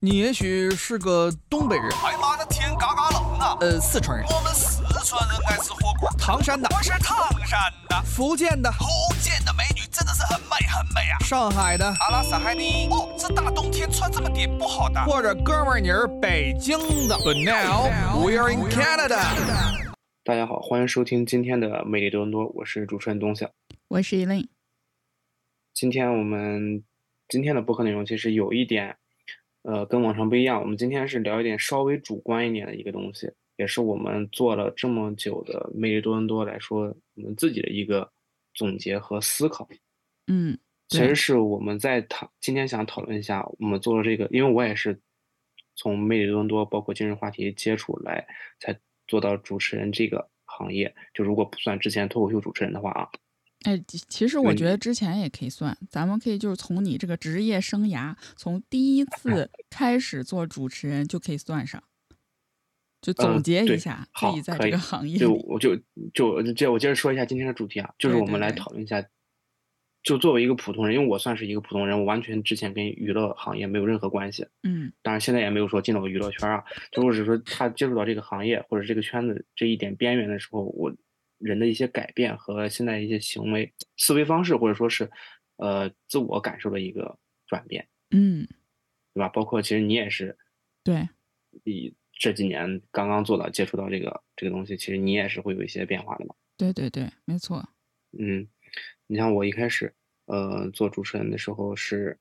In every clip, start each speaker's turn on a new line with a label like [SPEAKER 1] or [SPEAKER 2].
[SPEAKER 1] 你也许是个东北人，
[SPEAKER 2] 哎妈，那天嘎嘎冷啊！
[SPEAKER 1] 呃，四川人，
[SPEAKER 2] 我们四川人爱吃火锅，
[SPEAKER 1] 唐山的，
[SPEAKER 2] 我是唐山的。
[SPEAKER 1] 福建的，
[SPEAKER 2] 福建的美女真的是很美很美啊！
[SPEAKER 1] 上海的，
[SPEAKER 2] 阿拉斯海尼，哦，这大冬天穿这么点不好的。
[SPEAKER 1] 或者哥们儿你是北京的。But now we're in Canada。
[SPEAKER 3] 大家好，欢迎收听今天的《魅力多伦多》，我是主持人东晓。
[SPEAKER 4] 我是 Elaine，
[SPEAKER 3] 今天我们今天的播客内容其实有一点，呃，跟往常不一样。我们今天是聊一点稍微主观一点的一个东西，也是我们做了这么久的《魅力多伦多》来说，我们自己的一个总结和思考。
[SPEAKER 4] 嗯
[SPEAKER 3] 其
[SPEAKER 4] 对
[SPEAKER 3] 实是我们在讨今天想讨论一下，我们做了这个，因为我也是从魅力多伦多包括今日话题接触来，才做到主持人这个行业。就如果不算之前脱口秀主持人的话 啊，
[SPEAKER 4] 哎，其其实我
[SPEAKER 3] 对
[SPEAKER 4] 觉得之前也可以算，咱们可以就是从你这个职业生涯，从第一 次开始做主持人就可以算上，就总
[SPEAKER 3] 嗯
[SPEAKER 4] 结
[SPEAKER 3] 对
[SPEAKER 4] 一下自
[SPEAKER 3] 好
[SPEAKER 4] 己在
[SPEAKER 3] 可
[SPEAKER 4] 这
[SPEAKER 3] 以
[SPEAKER 4] 个行业
[SPEAKER 3] 就
[SPEAKER 4] 里，
[SPEAKER 3] 我就就我就接我接着说一下今天的主题啊，就是
[SPEAKER 4] 对
[SPEAKER 3] 我们
[SPEAKER 4] 对
[SPEAKER 3] 来
[SPEAKER 4] 对
[SPEAKER 3] 讨论一下，就作为一个普通人，因为我算是一个普通人，我完全之前跟娱乐行业没有任何关系，
[SPEAKER 4] 嗯
[SPEAKER 3] 当然现在也没有说进了个娱乐圈啊，就我只是说他接触到这个行业或者这个圈子这一点边缘的时候，我人的一些改变和现在一些行为、思维方式，或者说是呃自我感受的一个转变，
[SPEAKER 4] 嗯，
[SPEAKER 3] 对吧？包括其实你也是
[SPEAKER 4] 对，
[SPEAKER 3] 你这几年刚刚做到接触到这个这个东西，其实你也是会有一些变化的嘛。
[SPEAKER 4] 对对对，没错，
[SPEAKER 3] 嗯，你像我一开始呃做主持人的时候是，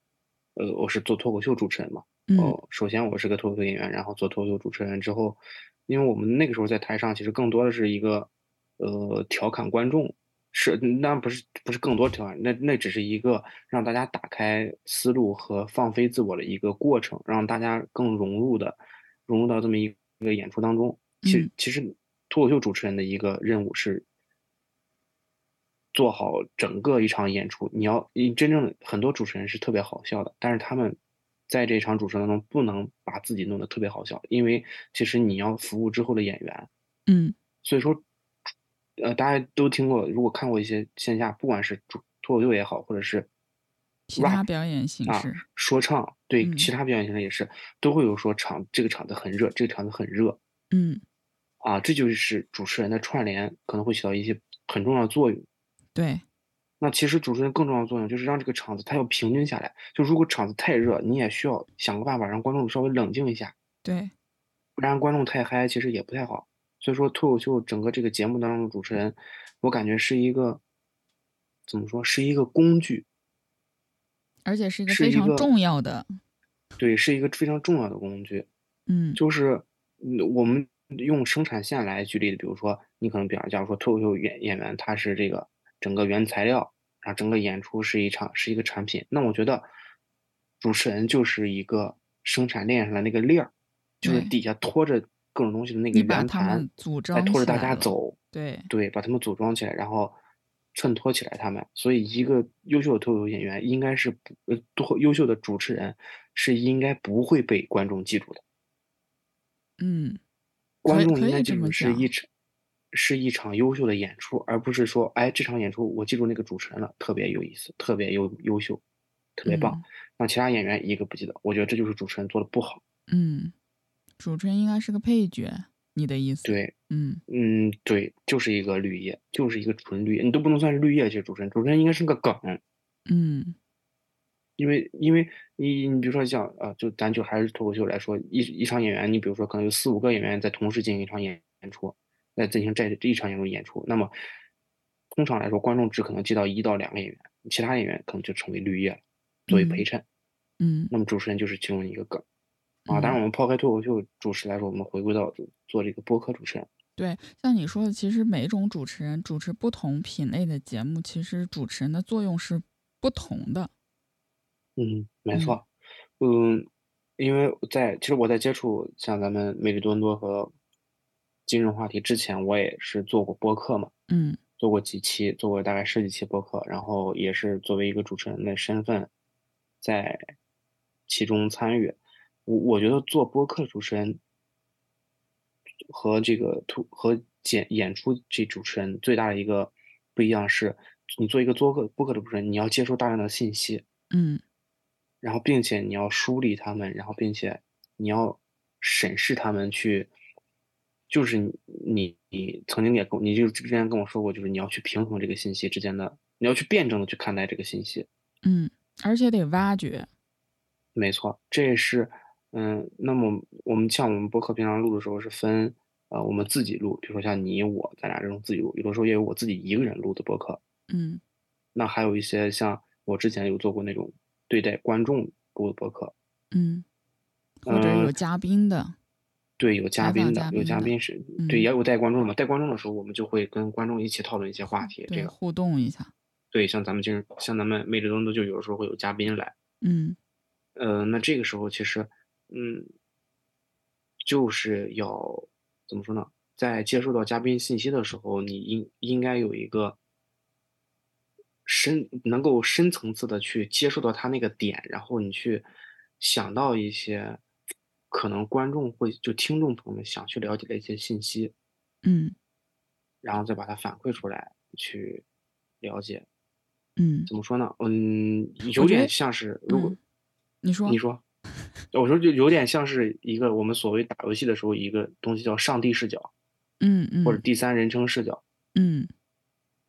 [SPEAKER 3] 呃我是做脱口秀主持人嘛。
[SPEAKER 4] 嗯
[SPEAKER 3] 哦，首先我是个脱口秀演员，然后做脱口秀主持人之后，因为我们那个时候在台上其实更多的是一个呃调侃观众，是那不是不是更多调侃，那那只是一个让大家打开思路和放飞自我的一个过程，让大家更融入的融入到这么一个演出当中。其实
[SPEAKER 4] 嗯
[SPEAKER 3] 其实脱口秀主持人的一个任务是做好整个一场演出。你要，你真正的很多主持人是特别好笑的，但是他们在这场主持当中不能把自己弄得特别好笑，因为其实你要服务之后的演员，
[SPEAKER 4] 嗯
[SPEAKER 3] 所以说，呃，大家都听过，如果看过一些线下，不管是主脱口秀也好，或者是
[SPEAKER 4] 其他
[SPEAKER 3] rap
[SPEAKER 4] 表演形
[SPEAKER 3] 啊
[SPEAKER 4] 式，
[SPEAKER 3] 说唱，对其
[SPEAKER 4] 嗯
[SPEAKER 3] 他表演形式也是，都会有说场这个场子很热，这个场子很热，
[SPEAKER 4] 嗯
[SPEAKER 3] 啊，这就是主持人的串联可能会起到一些很重要的作用。
[SPEAKER 4] 对，
[SPEAKER 3] 那其实主持人更重要的作用就是让这个场子它要平均下来。就如果场子太热，你也需要想个办法让观众稍微冷静一下，
[SPEAKER 4] 对，
[SPEAKER 3] 不然观众太嗨其实也不太好。所以说，脱口秀整个这个节目当中的主持人，我感觉是一个怎么说，是一个工具，
[SPEAKER 4] 而且是一个
[SPEAKER 3] 是
[SPEAKER 4] 非
[SPEAKER 3] 一
[SPEAKER 4] 常
[SPEAKER 3] 个
[SPEAKER 4] 重要的，
[SPEAKER 3] 对，是一个非常重要的工具。
[SPEAKER 4] 嗯
[SPEAKER 3] 就是嗯我们用生产线来举例子，比如说你可能比方，假如说脱口秀演演员，他是这个整个原材料，然后整个演出是一场是一个产品，那我觉得主持人就是一个生产链上的那个链儿，就是
[SPEAKER 4] 对
[SPEAKER 3] 底下拖着各种东西的那个
[SPEAKER 4] 你把
[SPEAKER 3] 圆
[SPEAKER 4] 它
[SPEAKER 3] 盘
[SPEAKER 4] 们，组
[SPEAKER 3] 再
[SPEAKER 4] 装
[SPEAKER 3] 拖着
[SPEAKER 4] 起
[SPEAKER 3] 大
[SPEAKER 4] 来
[SPEAKER 3] 家
[SPEAKER 4] 了
[SPEAKER 3] 走，
[SPEAKER 4] 对，
[SPEAKER 3] 对，把他们组装起来，然后衬托起来他们。所以，一个优秀的脱口秀演员应该是不呃多优秀的主持人是应该不会被观众记住的。
[SPEAKER 4] 嗯可
[SPEAKER 3] 观
[SPEAKER 4] 以
[SPEAKER 3] 众
[SPEAKER 4] 可
[SPEAKER 3] 应该
[SPEAKER 4] 以这
[SPEAKER 3] 记住
[SPEAKER 4] 么
[SPEAKER 3] 是一
[SPEAKER 4] 讲
[SPEAKER 3] 场是一场优秀的演出，而不是说，哎，这场演出我记住那个主持人了，特别有意思，特别优优秀，特别
[SPEAKER 4] 嗯
[SPEAKER 3] 棒。那其他演员一个不记得，我觉得这就是主持人做的不好。
[SPEAKER 4] 嗯，主持人应该是个配角，你的意思？，
[SPEAKER 3] 对，
[SPEAKER 4] 嗯
[SPEAKER 3] 嗯，对，就是一个绿叶，就是一个纯绿叶，你都不能算是绿叶。其实主持人，主持人应该是个梗，啊
[SPEAKER 4] 嗯
[SPEAKER 3] 因为因为你你比如说像啊、呃就咱就还是脱口秀来说，一一场演员，你比如说可能有四五个演员在同时进行一场演演出，在进行这这一场演出演出，那么通常来说，观众只可能记到一到两个演员，其他演员可能就成为绿叶了，作为陪
[SPEAKER 4] 嗯
[SPEAKER 3] 衬。
[SPEAKER 4] 嗯
[SPEAKER 3] 那么主持人就是其中一个梗啊。当然，
[SPEAKER 4] 嗯
[SPEAKER 3] 我们抛开脱口秀主持来说，我们回归到主做这个播客主持人，
[SPEAKER 4] 对，像你说的，其实每种主持人主持不同品类的节目，其实主持人的作用是不同的。
[SPEAKER 3] 嗯，没
[SPEAKER 4] 嗯
[SPEAKER 3] 错，嗯，因为在其实我在接触像咱们魅力多伦多和今日话题之前，我也是做过播客嘛，
[SPEAKER 4] 嗯
[SPEAKER 3] 做过几期，做过大概十几期播客，然后也是作为一个主持人的身份在其中参与。我我觉得做播客主持人和这个图和演演出这主持人最大的一个不一样是，你做一个播客播客的主持人，你要接受大量的信息，
[SPEAKER 4] 嗯
[SPEAKER 3] 然后并且你要梳理他们，然后并且你要审视他们去，就是你你曾经也跟你就之前跟我说过，就是你要去平衡这个信息之间的，你要去辩证的去看待这个信息。
[SPEAKER 4] 嗯，而且得挖掘，
[SPEAKER 3] 没错，这也是嗯，那么我们像我们播客平常录的时候是分呃我们自己录，比如说像你我咱俩这种自己录，有的时候也有我自己一个人录的播客。
[SPEAKER 4] 嗯
[SPEAKER 3] 那还有一些像我之前有做过那种对待观众录的播客，
[SPEAKER 4] 嗯，或者
[SPEAKER 3] 嗯
[SPEAKER 4] 有嘉宾的，
[SPEAKER 3] 对，有嘉
[SPEAKER 4] 采
[SPEAKER 3] 宾
[SPEAKER 4] 访
[SPEAKER 3] 的，
[SPEAKER 4] 嘉
[SPEAKER 3] 有
[SPEAKER 4] 宾
[SPEAKER 3] 嘉
[SPEAKER 4] 的
[SPEAKER 3] 宾是，
[SPEAKER 4] 嗯
[SPEAKER 3] 对，也有带观众的。带观众的时候，我们就会跟观众一起讨论一些话题。这
[SPEAKER 4] 嗯对，
[SPEAKER 3] 个
[SPEAKER 4] 互动一下，
[SPEAKER 3] 对，像咱们今像咱们魅力东东就有时候会有嘉宾来，
[SPEAKER 4] 嗯
[SPEAKER 3] 呃，那这个时候其实，嗯，就是要怎么说呢？在接收到嘉宾信息的时候，你应应该有一个深能够深层次的去接触到他那个点，然后你去想到一些可能观众会就听众朋友们想去了解的一些信息，
[SPEAKER 4] 嗯
[SPEAKER 3] 然后再把它反馈出来去了解。
[SPEAKER 4] 嗯，
[SPEAKER 3] 怎么说呢？嗯，有
[SPEAKER 4] 我觉
[SPEAKER 3] 点
[SPEAKER 4] 得
[SPEAKER 3] 像是如果、
[SPEAKER 4] 嗯你说，
[SPEAKER 3] 你说，我说就有点像是一个我们所谓打游戏的时候一个东西叫上帝视角
[SPEAKER 4] 嗯
[SPEAKER 3] 或者
[SPEAKER 4] 嗯
[SPEAKER 3] 第三人称视角。
[SPEAKER 4] 嗯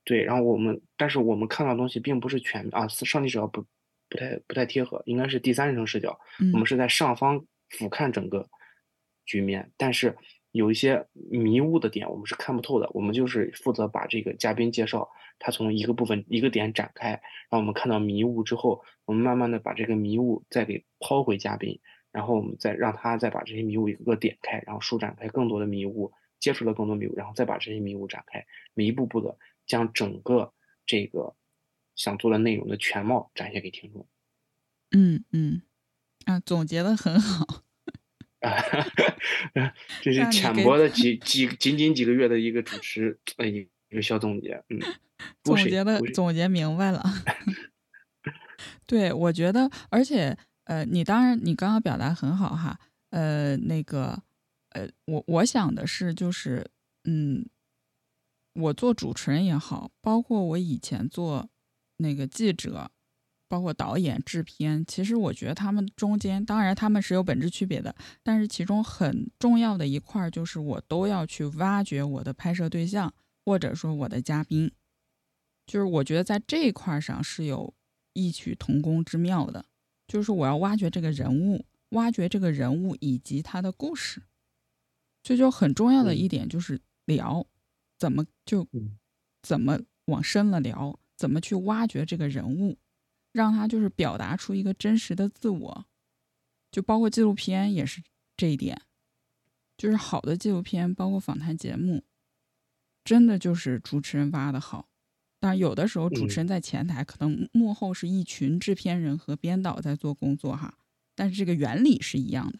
[SPEAKER 3] 对，然后我们但是我们看到的东西并不是全啊，上帝视角不不太不太贴合，应该是第三人称视角。我
[SPEAKER 4] 嗯
[SPEAKER 3] 们是在上方俯瞰整个局面，但是有一些迷雾的点我们是看不透的。我们就是负责把这个嘉宾介绍，他从一个部分一个点展开，让我们看到迷雾之后，我们慢慢的把这个迷雾再给抛回嘉宾，然后我们再让他再把这些迷雾一个个点开，然后舒展开更多的迷雾，接触到更多迷雾，然后再把这些迷雾展开，每一步步的将整个这个想做的内容的全貌展现给听众。
[SPEAKER 4] 嗯嗯，啊，总结的很好，
[SPEAKER 3] 啊，这是
[SPEAKER 4] 让你
[SPEAKER 3] 浅
[SPEAKER 4] 给
[SPEAKER 3] 薄的几几仅仅几个月的一个主持，呃，一个小总结， 嗯，不
[SPEAKER 4] 总
[SPEAKER 3] 是
[SPEAKER 4] 结的
[SPEAKER 3] 不是
[SPEAKER 4] 总结明 白了。对，我觉得，而且呃，你当然你刚刚表达很好哈，呃，那个呃，我我想的是就是嗯，我做主持人也好，包括我以前做那个记者。包括导演、制片，其实我觉得他们中间，当然他们是有本质区别的，但是其中很重要的一块儿就是我都要去挖掘我的拍摄对象，或者说我的嘉宾，就是我觉得在这一块儿上是有异曲同工之妙的，就是我要挖掘这个人物，挖掘这个人物以及他的故事，这就很重要的一点就是聊，怎么就
[SPEAKER 3] 嗯
[SPEAKER 4] 怎么往深了聊，怎么去挖掘这个人物，让他就是表达出一个真实的自我，就包括纪录片也是这一点，就是好的纪录片，包括访谈节目，真的就是主持人挖的好。当然，有的时候主
[SPEAKER 3] 嗯
[SPEAKER 4] 持人在前台，可能幕后是一群制片人和编导在做工作哈，但是这个原理是一样的。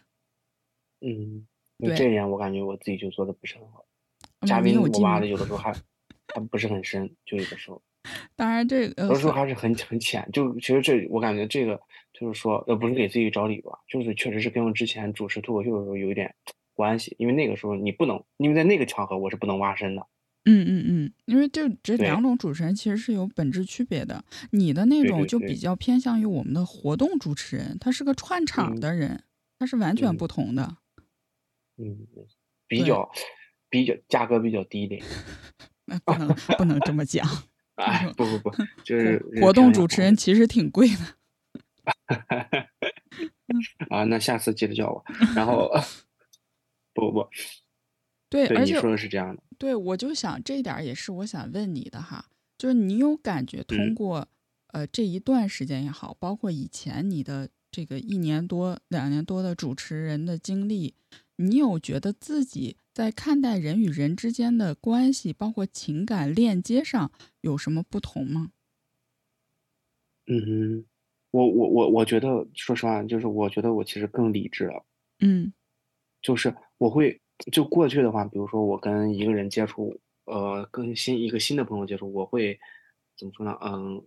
[SPEAKER 3] 嗯，那
[SPEAKER 4] 对
[SPEAKER 3] 这一点我感觉我自己就做的不是很好，
[SPEAKER 4] 嗯
[SPEAKER 3] 嘉
[SPEAKER 4] 你
[SPEAKER 3] 宾
[SPEAKER 4] 有
[SPEAKER 3] 我
[SPEAKER 4] 进
[SPEAKER 3] 挖
[SPEAKER 4] 步
[SPEAKER 3] 的有的时 候还还不是很深，就有的时候，
[SPEAKER 4] 当然这个
[SPEAKER 3] 有的时候
[SPEAKER 4] 呃
[SPEAKER 3] 还是很很浅，就其实这我感觉这个就是说，呃，不是给自己找理由啊，就是确实是跟我之前主持脱口秀的时候有一点关系，因为那个时候你不能，因为在那个场合我是不能挖深的，
[SPEAKER 4] 嗯嗯嗯，因为就这
[SPEAKER 3] 对
[SPEAKER 4] 两种主持人其实是有本质区别的。你的那
[SPEAKER 3] 对
[SPEAKER 4] 种
[SPEAKER 3] 对
[SPEAKER 4] 就
[SPEAKER 3] 对
[SPEAKER 4] 比较偏向于我们的活动主持人，他是个串场
[SPEAKER 3] 嗯
[SPEAKER 4] 的人，他是完全
[SPEAKER 3] 嗯
[SPEAKER 4] 不同的。
[SPEAKER 3] 嗯，比
[SPEAKER 4] 对
[SPEAKER 3] 较比较价格比较低一点。
[SPEAKER 4] 那不能不能这么讲，
[SPEAKER 3] 哎，不不不，就 是
[SPEAKER 4] 嗯活动
[SPEAKER 3] 漂亮
[SPEAKER 4] 主持人其实挺贵的。
[SPEAKER 3] 啊。那下次记得 叫我。然后，不不，
[SPEAKER 4] 对，
[SPEAKER 3] 对
[SPEAKER 4] 而
[SPEAKER 3] 你
[SPEAKER 4] 且
[SPEAKER 3] 说的是这样的，
[SPEAKER 4] 对，我就想这一点儿也是我想问你的哈，就是你有感觉通
[SPEAKER 3] 嗯
[SPEAKER 4] 过、呃这一段时间也好，包括以前你的这个一年多、两年多的主持人的经历，你有觉得自己在看待人与人之间的关系，包括情感链接上有什么不同吗？
[SPEAKER 3] 嗯哼，我我我我觉得，说实话，就是我觉得我其实更理智了，
[SPEAKER 4] 嗯
[SPEAKER 3] 就是我会就过去的话，比如说我跟一个人接触，呃，跟新一个新的朋友接触，我会怎么说呢？嗯，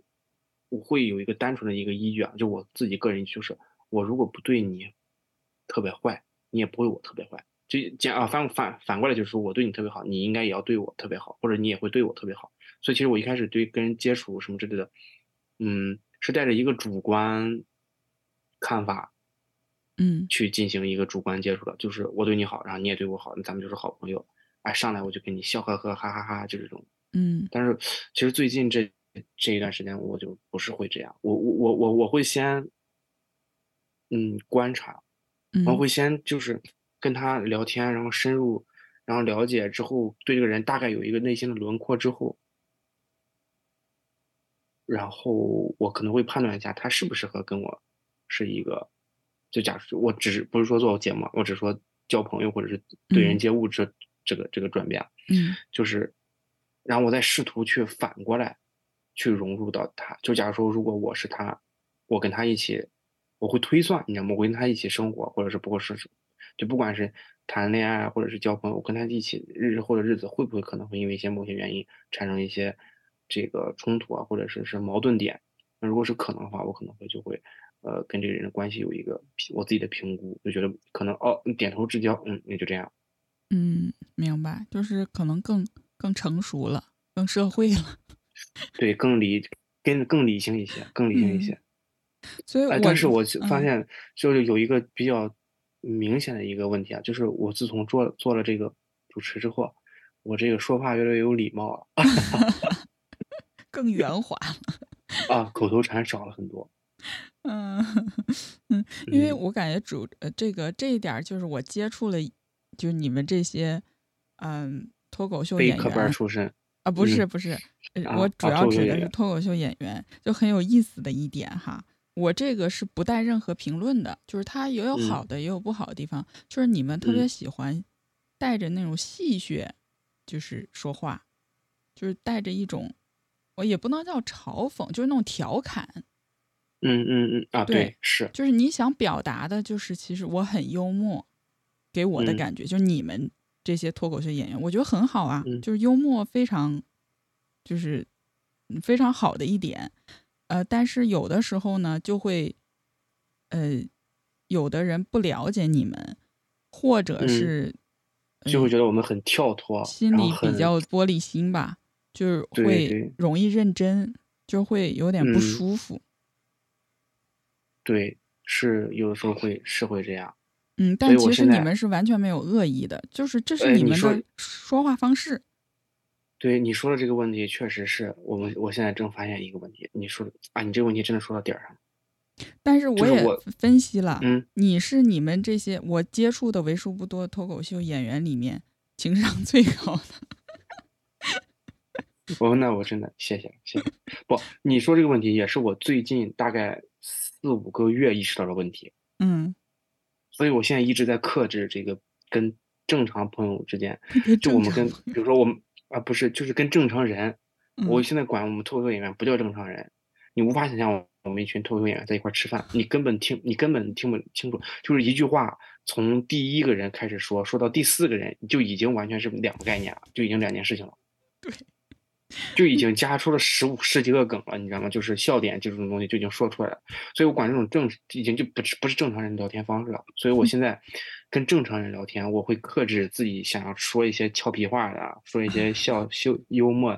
[SPEAKER 3] 我会有一个单纯的一个依据啊，就我自己个人就是，我如果不对你特别坏，你也不会我特别坏。就讲啊，反反反过来就是说，我对你特别好，你应该也要对我特别好，或者你也会对我特别好。所以其实我一开始对跟人接触什么之类的，嗯，是带着一个主观看法
[SPEAKER 4] 嗯
[SPEAKER 3] 去进行一个主观接触了，就是我对你好，然后你也对我好，那咱们就是好朋友。哎，上来我就跟你笑呵呵，哈哈哈，就这种。
[SPEAKER 4] 嗯
[SPEAKER 3] 但是其实最近这这一段时间，我就不是会这样，我我我我我会先，嗯，观察，
[SPEAKER 4] 嗯，
[SPEAKER 3] 我会先就是跟他聊天，然后深入，然后了解之后，对这个人大概有一个内心的轮廓之后，然后我可能会判断一下他适不适合跟我是一个，就假如我只是不是说做节目，啊我只说交朋友或者是对人
[SPEAKER 4] 嗯
[SPEAKER 3] 接物这、这个这个转变，
[SPEAKER 4] 嗯
[SPEAKER 3] 就是，然后我再试图去反过来去融入到他。就假如说，如果我是他，我跟他一起，我会推算，你知道吗？我跟他一起生活，或者是不过是，就不管是谈恋爱啊或者是交朋友，我跟他一起日后的日子会不会可能会因为一些某些原因产生一些这个冲突啊，或者是是矛盾点？那如果是可能的话，我可能会就会。呃，跟这个人的关系有一个评我自己的评估，就觉得可能哦，点头之交，嗯，也就这样。
[SPEAKER 4] 嗯，明白，就是可能更更成熟了，更社会了，
[SPEAKER 3] 对，更理跟更理性一些，更理性一
[SPEAKER 4] 嗯
[SPEAKER 3] 些。
[SPEAKER 4] 所以我
[SPEAKER 3] 哎，但是我就发
[SPEAKER 4] 嗯
[SPEAKER 3] 现就是有一个比较明显的一个问题啊，就是我自从做做了这个主持之后啊，我这个说话越来越有礼貌了
[SPEAKER 4] 更圆滑了，
[SPEAKER 3] 啊，口头禅少了很多。
[SPEAKER 4] 嗯 嗯，因为
[SPEAKER 3] 嗯
[SPEAKER 4] 我感觉主呃这个这一点儿就是我接触了，就是你们这些嗯脱口秀
[SPEAKER 3] 非
[SPEAKER 4] 演
[SPEAKER 3] 科班儿
[SPEAKER 4] 员
[SPEAKER 3] 出身，
[SPEAKER 4] 啊，不是
[SPEAKER 3] 嗯
[SPEAKER 4] 不是，呃
[SPEAKER 3] 啊
[SPEAKER 4] 我主
[SPEAKER 3] 啊
[SPEAKER 4] 要
[SPEAKER 3] 脱口秀
[SPEAKER 4] 指的
[SPEAKER 3] 演
[SPEAKER 4] 是
[SPEAKER 3] 员
[SPEAKER 4] 脱口秀演员，就很有意思的一点哈。我这个是不带任何评论的，就是它也有
[SPEAKER 3] 嗯
[SPEAKER 4] 好的，也有不好的地方。就是你们特别
[SPEAKER 3] 嗯
[SPEAKER 4] 喜欢带着那种戏谑，就是说话，就是带着一种，我也不能叫嘲讽，就是那种调侃，
[SPEAKER 3] 嗯嗯嗯啊，
[SPEAKER 4] 对
[SPEAKER 3] 是，
[SPEAKER 4] 就是你想表达的，就是其实我很幽默，给我的
[SPEAKER 3] 嗯
[SPEAKER 4] 感觉、就是你们这些脱口秀演员，我觉得很好啊，
[SPEAKER 3] 嗯
[SPEAKER 4] 就是幽默非常，就是嗯非常好的一点。呃，但是有的时候呢，就会，呃，有的人不了解你们，或者
[SPEAKER 3] 嗯
[SPEAKER 4] 是、
[SPEAKER 3] 就
[SPEAKER 4] 嗯
[SPEAKER 3] 会觉得我们很跳脱，
[SPEAKER 4] 心
[SPEAKER 3] 然后
[SPEAKER 4] 里比
[SPEAKER 3] 很
[SPEAKER 4] 较玻璃心吧，就是
[SPEAKER 3] 对
[SPEAKER 4] 会
[SPEAKER 3] 对
[SPEAKER 4] 容易认真，就会有点不
[SPEAKER 3] 嗯
[SPEAKER 4] 舒服。
[SPEAKER 3] 对，是有的时候会是会这样。
[SPEAKER 4] 嗯，但
[SPEAKER 3] 以我
[SPEAKER 4] 其实
[SPEAKER 3] 现
[SPEAKER 4] 你
[SPEAKER 3] 在
[SPEAKER 4] 们是完全没有恶意的，就是这是
[SPEAKER 3] 哎
[SPEAKER 4] 你
[SPEAKER 3] 你
[SPEAKER 4] 们
[SPEAKER 3] 说
[SPEAKER 4] 的说话方式。
[SPEAKER 3] 对你说的这个问题，确实是我们我现在正发现一个问题。你说的啊，你这个问题真的说到点儿上了。
[SPEAKER 4] 但是
[SPEAKER 3] 就
[SPEAKER 4] 我
[SPEAKER 3] 是
[SPEAKER 4] 也
[SPEAKER 3] 我
[SPEAKER 4] 分析了，
[SPEAKER 3] 嗯，
[SPEAKER 4] 你是你们这些我接触的为数不多脱口秀演员里面情商最高的。
[SPEAKER 3] 我那我真的谢谢谢谢。不，你说这个问题也是我最近大概四五个月意识到的问题，
[SPEAKER 4] 嗯，
[SPEAKER 3] 所以我现在一直在克制这个跟正常朋友之间，
[SPEAKER 4] 跟
[SPEAKER 3] 就我
[SPEAKER 4] 正
[SPEAKER 3] 们
[SPEAKER 4] 常
[SPEAKER 3] 跟比如说我们啊不是就是跟正常人，
[SPEAKER 4] 嗯
[SPEAKER 3] 我现在管我们脱口秀演员不叫正常人，你无法想象我们一群脱口秀演员在一块儿吃饭，你根本听你根本听不清楚，就是一句话从第一个人开始说，说到第四个人就已经完全是两个概念了，就已经两件事情了。就已经加出了十五十几个梗了，你知道吗？就是笑点这种东西就已经说出来了，所以我管这种正已经就不是不是正常人聊天方式了。所以我现在跟正常人聊天，我会克制自己想要说一些俏皮话的啊，说一些笑秀幽默、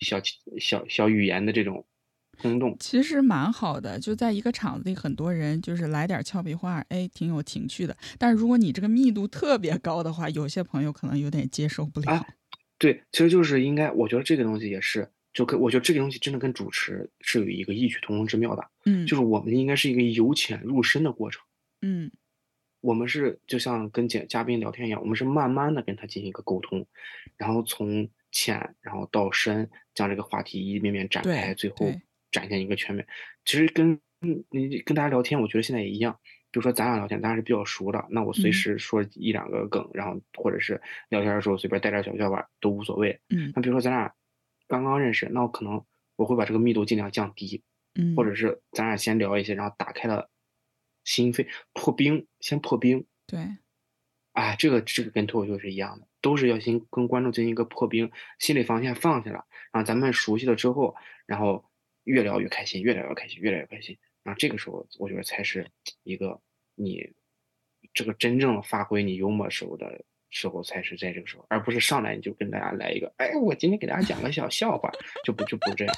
[SPEAKER 3] 小小小语言的这种空洞。
[SPEAKER 4] 其实蛮好的，就在一个场子里，很多人就是来点俏皮话，哎，挺有情趣的。但是如果你这个密度特别高的话，有些朋友可能有点接受不了。
[SPEAKER 3] 啊对，其实就是应该，我觉得这个东西也是，就跟我觉得这个东西真的跟主持是有一个异曲同工之妙的，
[SPEAKER 4] 嗯，
[SPEAKER 3] 就是我们应该是一个由浅入深的过程。
[SPEAKER 4] 嗯
[SPEAKER 3] 我们是就像跟嘉嘉宾聊天一样，我们是慢慢的跟他进行一个沟通，然后从浅然后到深，将这个话题一遍遍展
[SPEAKER 4] 对
[SPEAKER 3] 开，最后
[SPEAKER 4] 对
[SPEAKER 3] 展现一个全面。其实跟嗯你跟大家聊天，我觉得现在也一样。比如说咱俩聊天，咱俩是比较熟的，那我随
[SPEAKER 4] 嗯
[SPEAKER 3] 时说一两个梗，然后或者是聊天的时候随便带点小笑话都无所谓。
[SPEAKER 4] 嗯
[SPEAKER 3] 那比如说咱俩刚刚认识，那我可能我会把这个密度尽量降低，
[SPEAKER 4] 嗯，
[SPEAKER 3] 或者是咱俩先聊一些，然后打开了心扉，破冰，先破冰。
[SPEAKER 4] 对，
[SPEAKER 3] 啊，这个这个跟脱口秀是一样的，都是要先跟观众进行一个破冰，心理防线放下了，然后咱们熟悉了之后，然后越聊越开心，越聊越开心，越聊越开心，然后这个时候我觉得才是一个你这个真正发挥你幽默时候的时候，才是在这个时候，而不是上来你就跟大家来一个，哎，我今天给大家讲个小笑话，就不就不这样。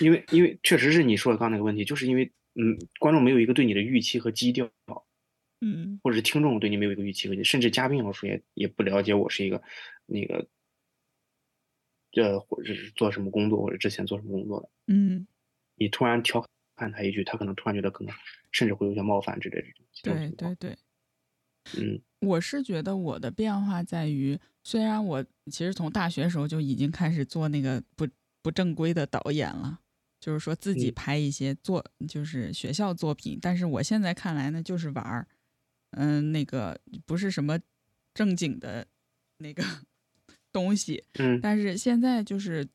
[SPEAKER 3] 因为因为确实是你说的刚才那个问题，就是因为嗯，观众没有一个对你的预期和基调，
[SPEAKER 4] 嗯
[SPEAKER 3] 或者是听众对你没有一个预期和基，甚至嘉宾老师也也不了解我是一个那个，这或者是做什么工作，或者之前做什么工作的。
[SPEAKER 4] 嗯，
[SPEAKER 3] 你突然调侃他一句，他可能突然觉得可能甚至会有些冒犯之类的这种
[SPEAKER 4] 对
[SPEAKER 3] 情
[SPEAKER 4] 对
[SPEAKER 3] 况。
[SPEAKER 4] 对，
[SPEAKER 3] 嗯
[SPEAKER 4] 我是觉得我的变化在于，虽然我其实从大学时候就已经开始做那个不不正规的导演了，就是说自己
[SPEAKER 3] 嗯
[SPEAKER 4] 拍一些作，就是学校作品，但是我现在看来呢，就是玩儿，嗯，那个不是什么正经的那个 东西，
[SPEAKER 3] 嗯
[SPEAKER 4] 但是现在就是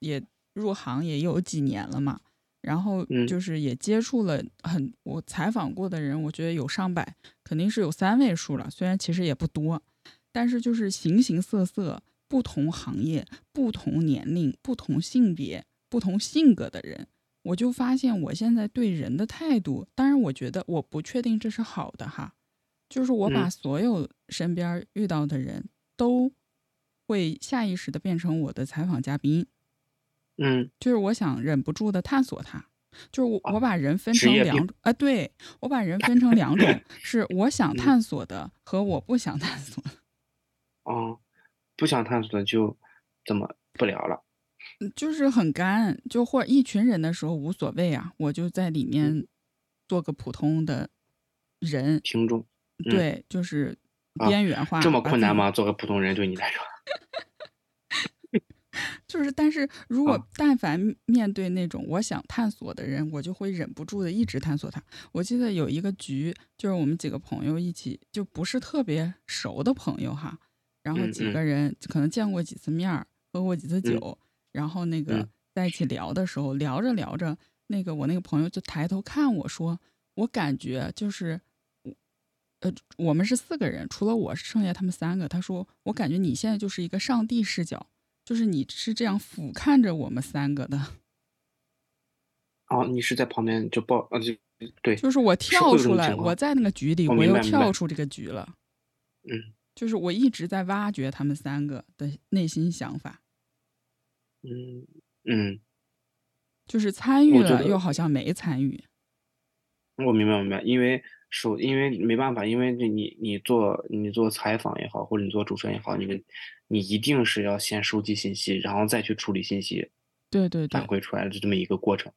[SPEAKER 4] 也入行也有几年了嘛，然后
[SPEAKER 3] 嗯
[SPEAKER 4] 就是也接触了很我采访过的人，我觉得有上百，肯定是有三位数了，虽然其实也不多，但是就是形形色色、不同行业、不同年龄、不同性别、不同性格的人。我就发现我现在对人的态度，当然我觉得我不确定这是好的哈，就是我把
[SPEAKER 3] 嗯
[SPEAKER 4] 所有身边儿遇到的人都会下意识的变成我的采访嘉宾，
[SPEAKER 3] 嗯
[SPEAKER 4] 就是我想忍不住的探索他，就是我我把人分
[SPEAKER 3] 哦职
[SPEAKER 4] 成
[SPEAKER 3] 业
[SPEAKER 4] 两
[SPEAKER 3] 病
[SPEAKER 4] 种啊、对我把人分成两种， 是我
[SPEAKER 3] 嗯
[SPEAKER 4] 想探索的和我不想探索的，
[SPEAKER 3] 啊，不想探索的就这么不聊了。
[SPEAKER 4] 嗯就是很干，就或者一群人的时候无所谓啊，我就在
[SPEAKER 3] 嗯
[SPEAKER 4] 里面做个普通的人，
[SPEAKER 3] 听众嗯
[SPEAKER 4] 对，就是
[SPEAKER 3] 啊
[SPEAKER 4] 边缘化，
[SPEAKER 3] 这么
[SPEAKER 4] 把
[SPEAKER 3] 困
[SPEAKER 4] 自
[SPEAKER 3] 难
[SPEAKER 4] 己
[SPEAKER 3] 吗？做个普通人对你来说，
[SPEAKER 4] 就是，但是如果
[SPEAKER 3] 啊
[SPEAKER 4] 但凡面对那种我想探索的人，我就会忍不住的一直探索他。我记得有一个局，就是我们几个朋友一起，就不是特别熟的朋友哈，然后
[SPEAKER 3] 嗯
[SPEAKER 4] 几
[SPEAKER 3] 嗯
[SPEAKER 4] 个人可能见过几次面儿，喝过几次酒，然后那个
[SPEAKER 3] 嗯
[SPEAKER 4] 在一起聊的时候，聊着聊着，那个我那个朋友就抬头看我说，我感觉就是。呃，我们是四个人，除了我，剩下他们三个。他说：“我感觉你现在就是一个上帝视角，就是你是这样俯瞰着我们三个的，
[SPEAKER 3] 哦，你是在旁边就抱啊，就对，
[SPEAKER 4] 就是我
[SPEAKER 3] 会
[SPEAKER 4] 跳
[SPEAKER 3] 有这
[SPEAKER 4] 出
[SPEAKER 3] 种
[SPEAKER 4] 来，
[SPEAKER 3] 情况
[SPEAKER 4] 我在那个局里，
[SPEAKER 3] 我
[SPEAKER 4] 我
[SPEAKER 3] 明
[SPEAKER 4] 又
[SPEAKER 3] 白明
[SPEAKER 4] 跳
[SPEAKER 3] 白
[SPEAKER 4] 出这个局了。
[SPEAKER 3] 嗯，
[SPEAKER 4] 就是我一直在挖掘他们三个的内心想法，
[SPEAKER 3] 嗯嗯，
[SPEAKER 4] 就是参与
[SPEAKER 3] 我觉
[SPEAKER 4] 了
[SPEAKER 3] 得
[SPEAKER 4] 又好像没参与。
[SPEAKER 3] 我明白明白，因为首因为没办法，因为你你你做你做采访也好，或者你做主持人也好，你们你一定是要先收集信息，然后再去处理信息，
[SPEAKER 4] 对对
[SPEAKER 3] 反
[SPEAKER 4] 对
[SPEAKER 3] 馈出来的这么一个过程。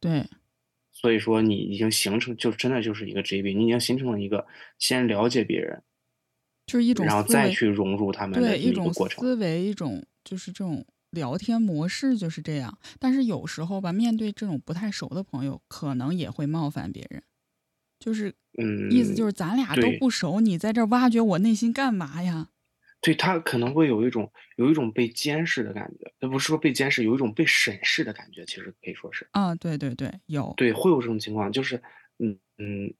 [SPEAKER 4] 对，
[SPEAKER 3] 所以说，你已经形成，就真的就是一个职业病，你已经形成了一个先了解别人，
[SPEAKER 4] 就是一种
[SPEAKER 3] 然后
[SPEAKER 4] 思
[SPEAKER 3] 再
[SPEAKER 4] 维，
[SPEAKER 3] 去融入他们的这么
[SPEAKER 4] 对一
[SPEAKER 3] 一个
[SPEAKER 4] 种
[SPEAKER 3] 过程。
[SPEAKER 4] 思维，一种就是这种聊天模式就是这样。但是有时候吧，面对这种不太熟的朋友，可能也会冒犯别人，就是
[SPEAKER 3] 嗯，
[SPEAKER 4] 意思就是咱俩都
[SPEAKER 3] 对
[SPEAKER 4] 不熟，你在这儿挖掘我内心干嘛呀？
[SPEAKER 3] 对他可能会有一种有一种被监视的感觉，呃不是说被监视，有一种被审视的感觉，其实可以说是。
[SPEAKER 4] 啊，对对对，有，
[SPEAKER 3] 对，会有这种情况，就是，嗯嗯，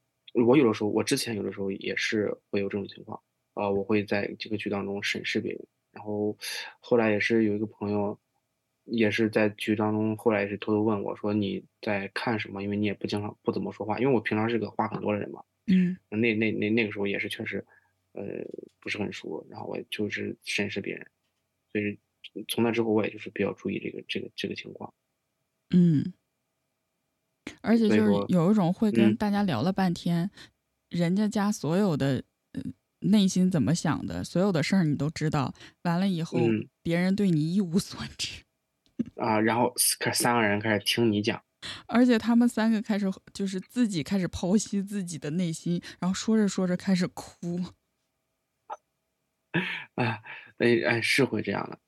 [SPEAKER 3] 我有的时候，我之前有的时候也是会有这种情况，呃，我会在这个局当中审视别人，然后后来也是有一个朋友，也是在局当中，后来也是偷偷问我说你在看什么？因为你也不经常不怎么说话，因为我平常是个话很多的人嘛，
[SPEAKER 4] 嗯
[SPEAKER 3] 那那那那个时候也是确实，呃，不是很熟，然后我就是审视别人，所以从那之后我也就是比较注意这个这个这个情况，
[SPEAKER 4] 嗯，而且
[SPEAKER 3] 所以
[SPEAKER 4] 就是
[SPEAKER 3] 说
[SPEAKER 4] 有一种会跟
[SPEAKER 3] 嗯
[SPEAKER 4] 大家聊了半天，人家家所有的、呃、内心怎么想的，所有的事儿你都知道，完了以后、
[SPEAKER 3] 嗯
[SPEAKER 4] 别人对你一无所知，
[SPEAKER 3] 啊，然后开始三个人开始听你讲。
[SPEAKER 4] 而且他们三个开始就是自己开始剖析自己的内心，然后说着说着开始哭，
[SPEAKER 3] 哎哎哎，是会这样的，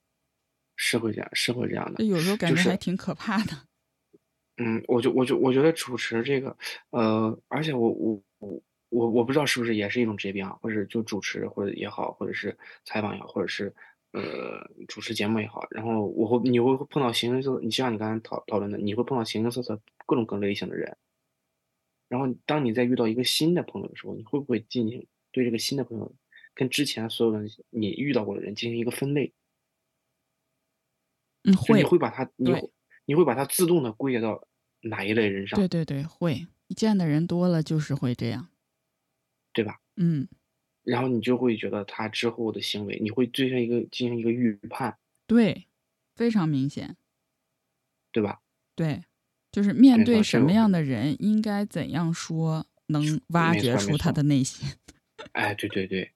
[SPEAKER 3] 是会这样，是会这样
[SPEAKER 4] 就
[SPEAKER 3] 的。
[SPEAKER 4] 有时候感
[SPEAKER 3] 就
[SPEAKER 4] 觉还
[SPEAKER 3] 是
[SPEAKER 4] 挺可怕的。
[SPEAKER 3] 嗯，我就我就我觉得主持这个，呃，而且我我我我我不知道是不是也是一种职业病啊，或者就主持或者也好，或者是采访也好，或者是呃主持节目也好，然后我会你会碰到形形色色，你就像你刚才讨讨论的，你会碰到形形色色各种各类型的人。然后当你在遇到一个新的朋友的时候，你会不会进行对这个新的朋友跟之前所有的你遇到过的人进行一个分类？
[SPEAKER 4] 嗯，
[SPEAKER 3] 就
[SPEAKER 4] 会
[SPEAKER 3] 你，会把它，你
[SPEAKER 4] 对
[SPEAKER 3] 会你会把它自动的归结到哪一类人上，
[SPEAKER 4] 对对对，会，见的人多了就是会这样。
[SPEAKER 3] 对吧？
[SPEAKER 4] 嗯，
[SPEAKER 3] 然后你就会觉得他之后的行为，你会对他一个进行一个预判，
[SPEAKER 4] 对，非常明显，
[SPEAKER 3] 对吧？
[SPEAKER 4] 对，就是面
[SPEAKER 3] 对
[SPEAKER 4] 对
[SPEAKER 3] 到
[SPEAKER 4] 什
[SPEAKER 3] 这
[SPEAKER 4] 么
[SPEAKER 3] 种
[SPEAKER 4] 样
[SPEAKER 3] 地
[SPEAKER 4] 的人，应该怎样说，能挖
[SPEAKER 3] 没
[SPEAKER 4] 掘
[SPEAKER 3] 错
[SPEAKER 4] 出
[SPEAKER 3] 没
[SPEAKER 4] 他
[SPEAKER 3] 错
[SPEAKER 4] 的内心。
[SPEAKER 3] 哎，对对对，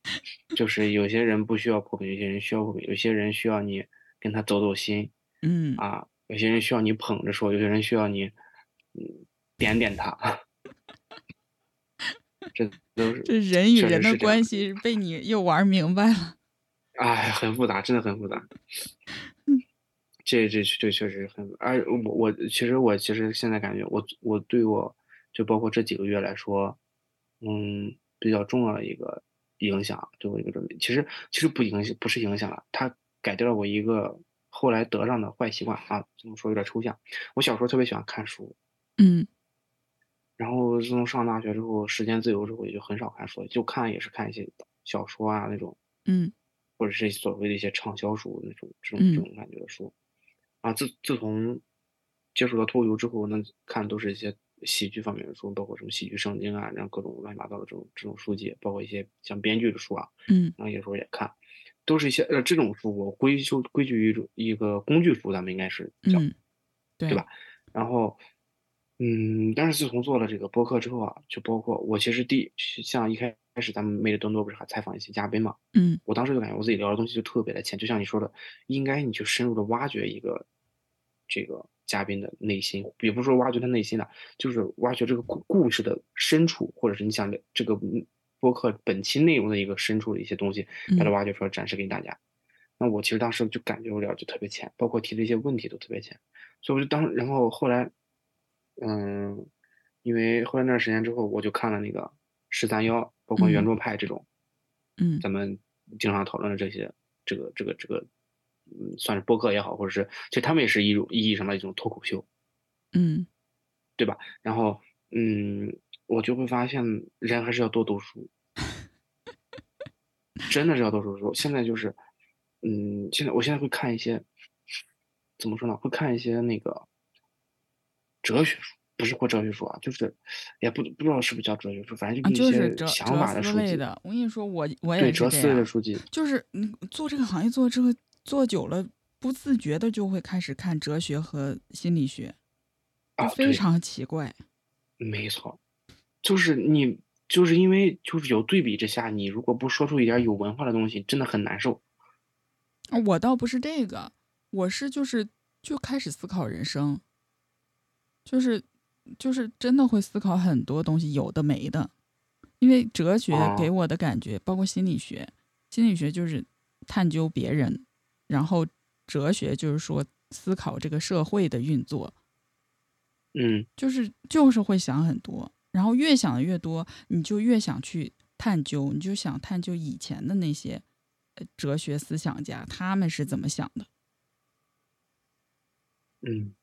[SPEAKER 3] 就是有些人不需要破冰，有些人需要破冰，有些人需要你跟他走走心
[SPEAKER 4] 嗯，
[SPEAKER 3] 啊，有些人需要你捧着说，有些人需要你嗯点点他， 这都是
[SPEAKER 4] 这人与
[SPEAKER 3] 确实是
[SPEAKER 4] 人的
[SPEAKER 3] 这样
[SPEAKER 4] 关系被你又玩明白了。
[SPEAKER 3] 哎，很复杂，真的很复杂。这这这确实很，而我我其实我其实现在感觉我我对我就包括这几个月来说，嗯，比较重要的一个影响，对我一个转变，其实其实不影响，不是影响了，它改掉了我一个后来得上的坏习惯啊。这么说有点抽象，我小时候特别喜欢看书，
[SPEAKER 4] 嗯
[SPEAKER 3] 然后自从上大学之后，时间自由之后也就很少看书了，就看也是看一些小说啊那种。
[SPEAKER 4] 嗯
[SPEAKER 3] 或者是所谓的一些畅销书那种这种这
[SPEAKER 4] 嗯
[SPEAKER 3] 种感觉的书。啊，自自从接触到脱口秀之后，那看都是一些喜剧方面的书，包括什么喜剧圣经啊，然后各种乱七八糟的这种这种书籍，包括一些像编剧的书啊，
[SPEAKER 4] 嗯
[SPEAKER 3] 然后有时候也看，都是一些呃这种书，我归咎归咎于一种一个工具书，咱们应该是叫。
[SPEAKER 4] 嗯，对
[SPEAKER 3] 吧然后，嗯，但是自从做了这个播客之后啊，就包括我其实第像一开始咱们魅力多多不是还采访一些嘉宾嘛，
[SPEAKER 4] 嗯
[SPEAKER 3] 我当时就感觉我自己聊的东西就特别的浅，就像你说的，应该你去深入的挖掘一个这个嘉宾的内心，也不是说挖掘他内心的，就是挖掘这个故故事的深处，或者是你想的这个嗯播客本期内容的一个深处的一些东西，把它
[SPEAKER 4] 嗯
[SPEAKER 3] 挖掘出来展示给大家。那我其实当时就感觉我聊得就特别浅，包括提的一些问题都特别浅，所以我就当然后后来，嗯，因为后来那段时间之后，我就看了那个十三幺，包括圆
[SPEAKER 4] 嗯
[SPEAKER 3] 桌派这种。
[SPEAKER 4] 嗯
[SPEAKER 3] 咱们经常讨论的这些，这个这个这个，嗯，算是播客也好，或者是其实他们也是一种意义上的一种脱口秀。
[SPEAKER 4] 嗯
[SPEAKER 3] 然后，嗯，我就会发现人还是要多读书，真的是要多读书。现在就是，嗯，现在我现在会看一些，怎么说呢？会看一些那个哲学书，不是或哲学书啊，就是也不不知道是不是叫哲学书，反正
[SPEAKER 4] 啊，
[SPEAKER 3] 就
[SPEAKER 4] 就是是
[SPEAKER 3] 一些
[SPEAKER 4] 哲
[SPEAKER 3] 想
[SPEAKER 4] 哲
[SPEAKER 3] 法的
[SPEAKER 4] 思
[SPEAKER 3] 书
[SPEAKER 4] 类
[SPEAKER 3] 籍，
[SPEAKER 4] 的。我跟你说，我我也
[SPEAKER 3] 对
[SPEAKER 4] 是
[SPEAKER 3] 哲
[SPEAKER 4] 这
[SPEAKER 3] 思类的
[SPEAKER 4] 样
[SPEAKER 3] 书籍，
[SPEAKER 4] 就是你做这个行业做这个做久了，不自觉的就会开始看哲学和心理学，就
[SPEAKER 3] 啊
[SPEAKER 4] 非
[SPEAKER 3] 对
[SPEAKER 4] 常奇怪。
[SPEAKER 3] 没错，就是你，就是因为就是有对比之下，你如果不说出一点儿有文化的东西，真的很难受。
[SPEAKER 4] 啊我倒不是这个，我是就是就开始思考人生，就是就是真的会思考很多东西，有的没的。因为哲学给
[SPEAKER 3] 哦
[SPEAKER 4] 我的感觉，包括心理学，心理学就是探究别人，然后哲学就是说思考这个社会的运作，
[SPEAKER 3] 嗯，
[SPEAKER 4] 就是就是会想很多，然后越想的越多，你就越想去探究，你就想探究以前的那些呃哲学思想家他们是怎么想的
[SPEAKER 3] 嗯，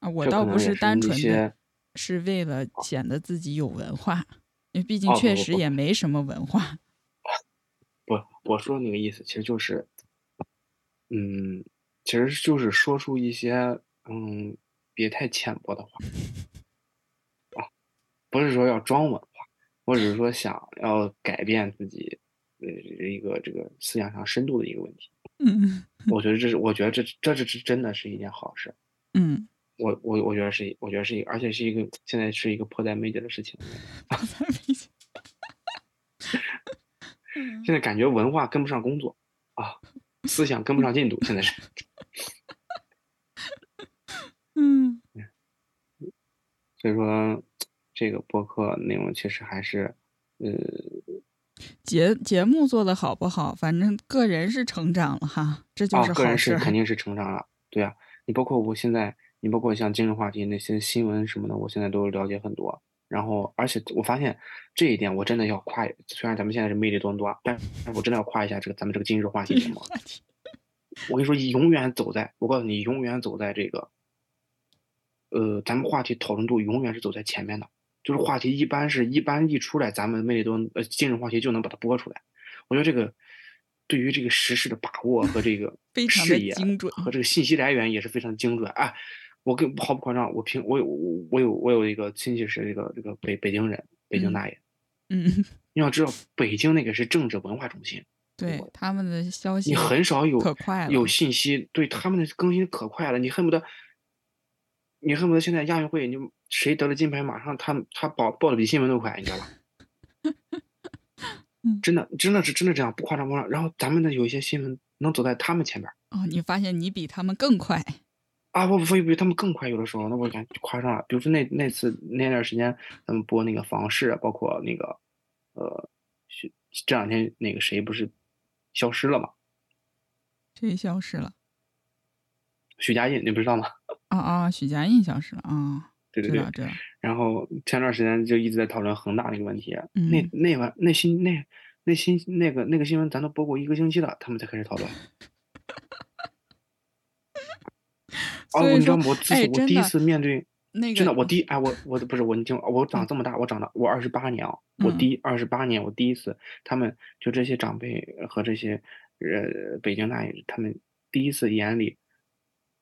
[SPEAKER 4] 啊。我
[SPEAKER 3] 这
[SPEAKER 4] 倒
[SPEAKER 3] 可能
[SPEAKER 4] 不
[SPEAKER 3] 也
[SPEAKER 4] 是
[SPEAKER 3] 是
[SPEAKER 4] 单
[SPEAKER 3] 一
[SPEAKER 4] 纯的
[SPEAKER 3] 些
[SPEAKER 4] 是为了显得自己有文化，因为毕竟
[SPEAKER 3] 哦不
[SPEAKER 4] 确
[SPEAKER 3] 不
[SPEAKER 4] 实
[SPEAKER 3] 不
[SPEAKER 4] 也没什么文化。
[SPEAKER 3] 不，我说那个意思其实就是，嗯，其实就是说出一些嗯别太浅薄的话啊，不是说要装文化，我只是说想要改变自己呃一个这个思想上深度的一个问题。
[SPEAKER 4] 嗯
[SPEAKER 3] 我觉得这是，我觉得这这这是真的是一件好事。
[SPEAKER 4] 嗯，
[SPEAKER 3] 我我我觉得是一，我觉得是一个，而且是一个现在是一个迫在眉睫的事情。
[SPEAKER 4] 我才 没想
[SPEAKER 3] 现在感觉文化跟不上工作啊，思想跟不上进度，现在 是。
[SPEAKER 4] 嗯
[SPEAKER 3] 所以说，这个播客内容其实还是，呃，
[SPEAKER 4] 节节目做的好不好，反正个人是成长了哈，这就
[SPEAKER 3] 啊
[SPEAKER 4] 是，
[SPEAKER 3] 个
[SPEAKER 4] 好
[SPEAKER 3] 人
[SPEAKER 4] 事
[SPEAKER 3] 是
[SPEAKER 4] 儿。
[SPEAKER 3] 肯定是成长了，对啊。你包括我现在，你包括像今日话题那些新闻什么的，我现在都了解很多。然后，而且我发现这一点，我真的要夸。虽然咱们现在是魅力多多啊，但是我真的要夸一下这个咱们这个今日话 题节目。
[SPEAKER 4] 话题，
[SPEAKER 3] 我跟你说，永远走在，我告诉你，永远走在这个，呃，咱们话题讨论度永远是走在前面的。就是话题一般是一般一出来，咱们魅力多呃今日话题就能把它播出来。我觉得这个对于这个时事的把握和这个
[SPEAKER 4] 非常
[SPEAKER 3] 视
[SPEAKER 4] 地
[SPEAKER 3] 野
[SPEAKER 4] 精准
[SPEAKER 3] 和这个信息来源也是非常精准啊。我跟毫不夸张，我平我有我我有我有一个亲戚是这个这个北北京人，北京
[SPEAKER 4] 嗯
[SPEAKER 3] 大爷。
[SPEAKER 4] 嗯，
[SPEAKER 3] 你要知道，北京那个是政治文化中心，
[SPEAKER 4] 对，他们的消息
[SPEAKER 3] 你很少有
[SPEAKER 4] 可快了，
[SPEAKER 3] 有信息，对他们的更新可快了，你恨不得你恨不得现在亚运会，你就谁得了金牌，马上他他报报的比新闻都快，你知 道吧？
[SPEAKER 4] 嗯
[SPEAKER 3] 真的，真的是真的这样，不夸张不夸张。然后咱们的有一些新闻能走在他们前边儿
[SPEAKER 4] 哦，你发现你比他们更快，
[SPEAKER 3] 啊，不不不，比他们更快，有的时候那我感觉夸张了。比如说那那次那段时间，咱们播那个房市，包括那个呃，是这两天那个谁不是消失了嘛？
[SPEAKER 4] 谁消失了？
[SPEAKER 3] 许家印，你不知道吗？
[SPEAKER 4] 啊啊，许家印消失了啊、
[SPEAKER 3] 对对
[SPEAKER 4] 知
[SPEAKER 3] 对
[SPEAKER 4] 道，知道，
[SPEAKER 3] 然后前段时间就一直在讨论恒大那个问题，那
[SPEAKER 4] 嗯
[SPEAKER 3] 那晚那新那那新那个那个新闻咱都播过一个星期了，他们才开始讨论。哦，
[SPEAKER 4] 所以
[SPEAKER 3] 你知
[SPEAKER 4] 说
[SPEAKER 3] 道吗？我自
[SPEAKER 4] 哎
[SPEAKER 3] 己我
[SPEAKER 4] 真
[SPEAKER 3] 第一
[SPEAKER 4] 的
[SPEAKER 3] 次面对，
[SPEAKER 4] 那个
[SPEAKER 3] 真的，我第一哎，我我不是我，你听我，我长这么大，我长到我二十八年啊，我
[SPEAKER 4] 嗯
[SPEAKER 3] 第二十八年，我第一次，他们就这些长辈和这些呃北京大爷，他们第一次眼里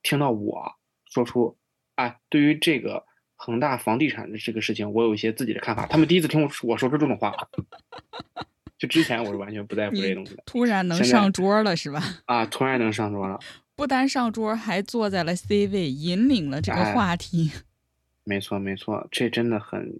[SPEAKER 3] 听到我说出，哎，对于这个恒大房地产的这个事情，我有一些自己的看法，他们第一次听我说我说出这种话，就之前我是完全不在乎这些
[SPEAKER 4] 你
[SPEAKER 3] 东西的
[SPEAKER 4] 突然能
[SPEAKER 3] 现在
[SPEAKER 4] 上桌了是吧？
[SPEAKER 3] 啊，突然能上桌了，
[SPEAKER 4] 不单上桌，还坐在了 C 位，引领了这个
[SPEAKER 3] 哎
[SPEAKER 4] 话题。
[SPEAKER 3] 没错没错，这真的很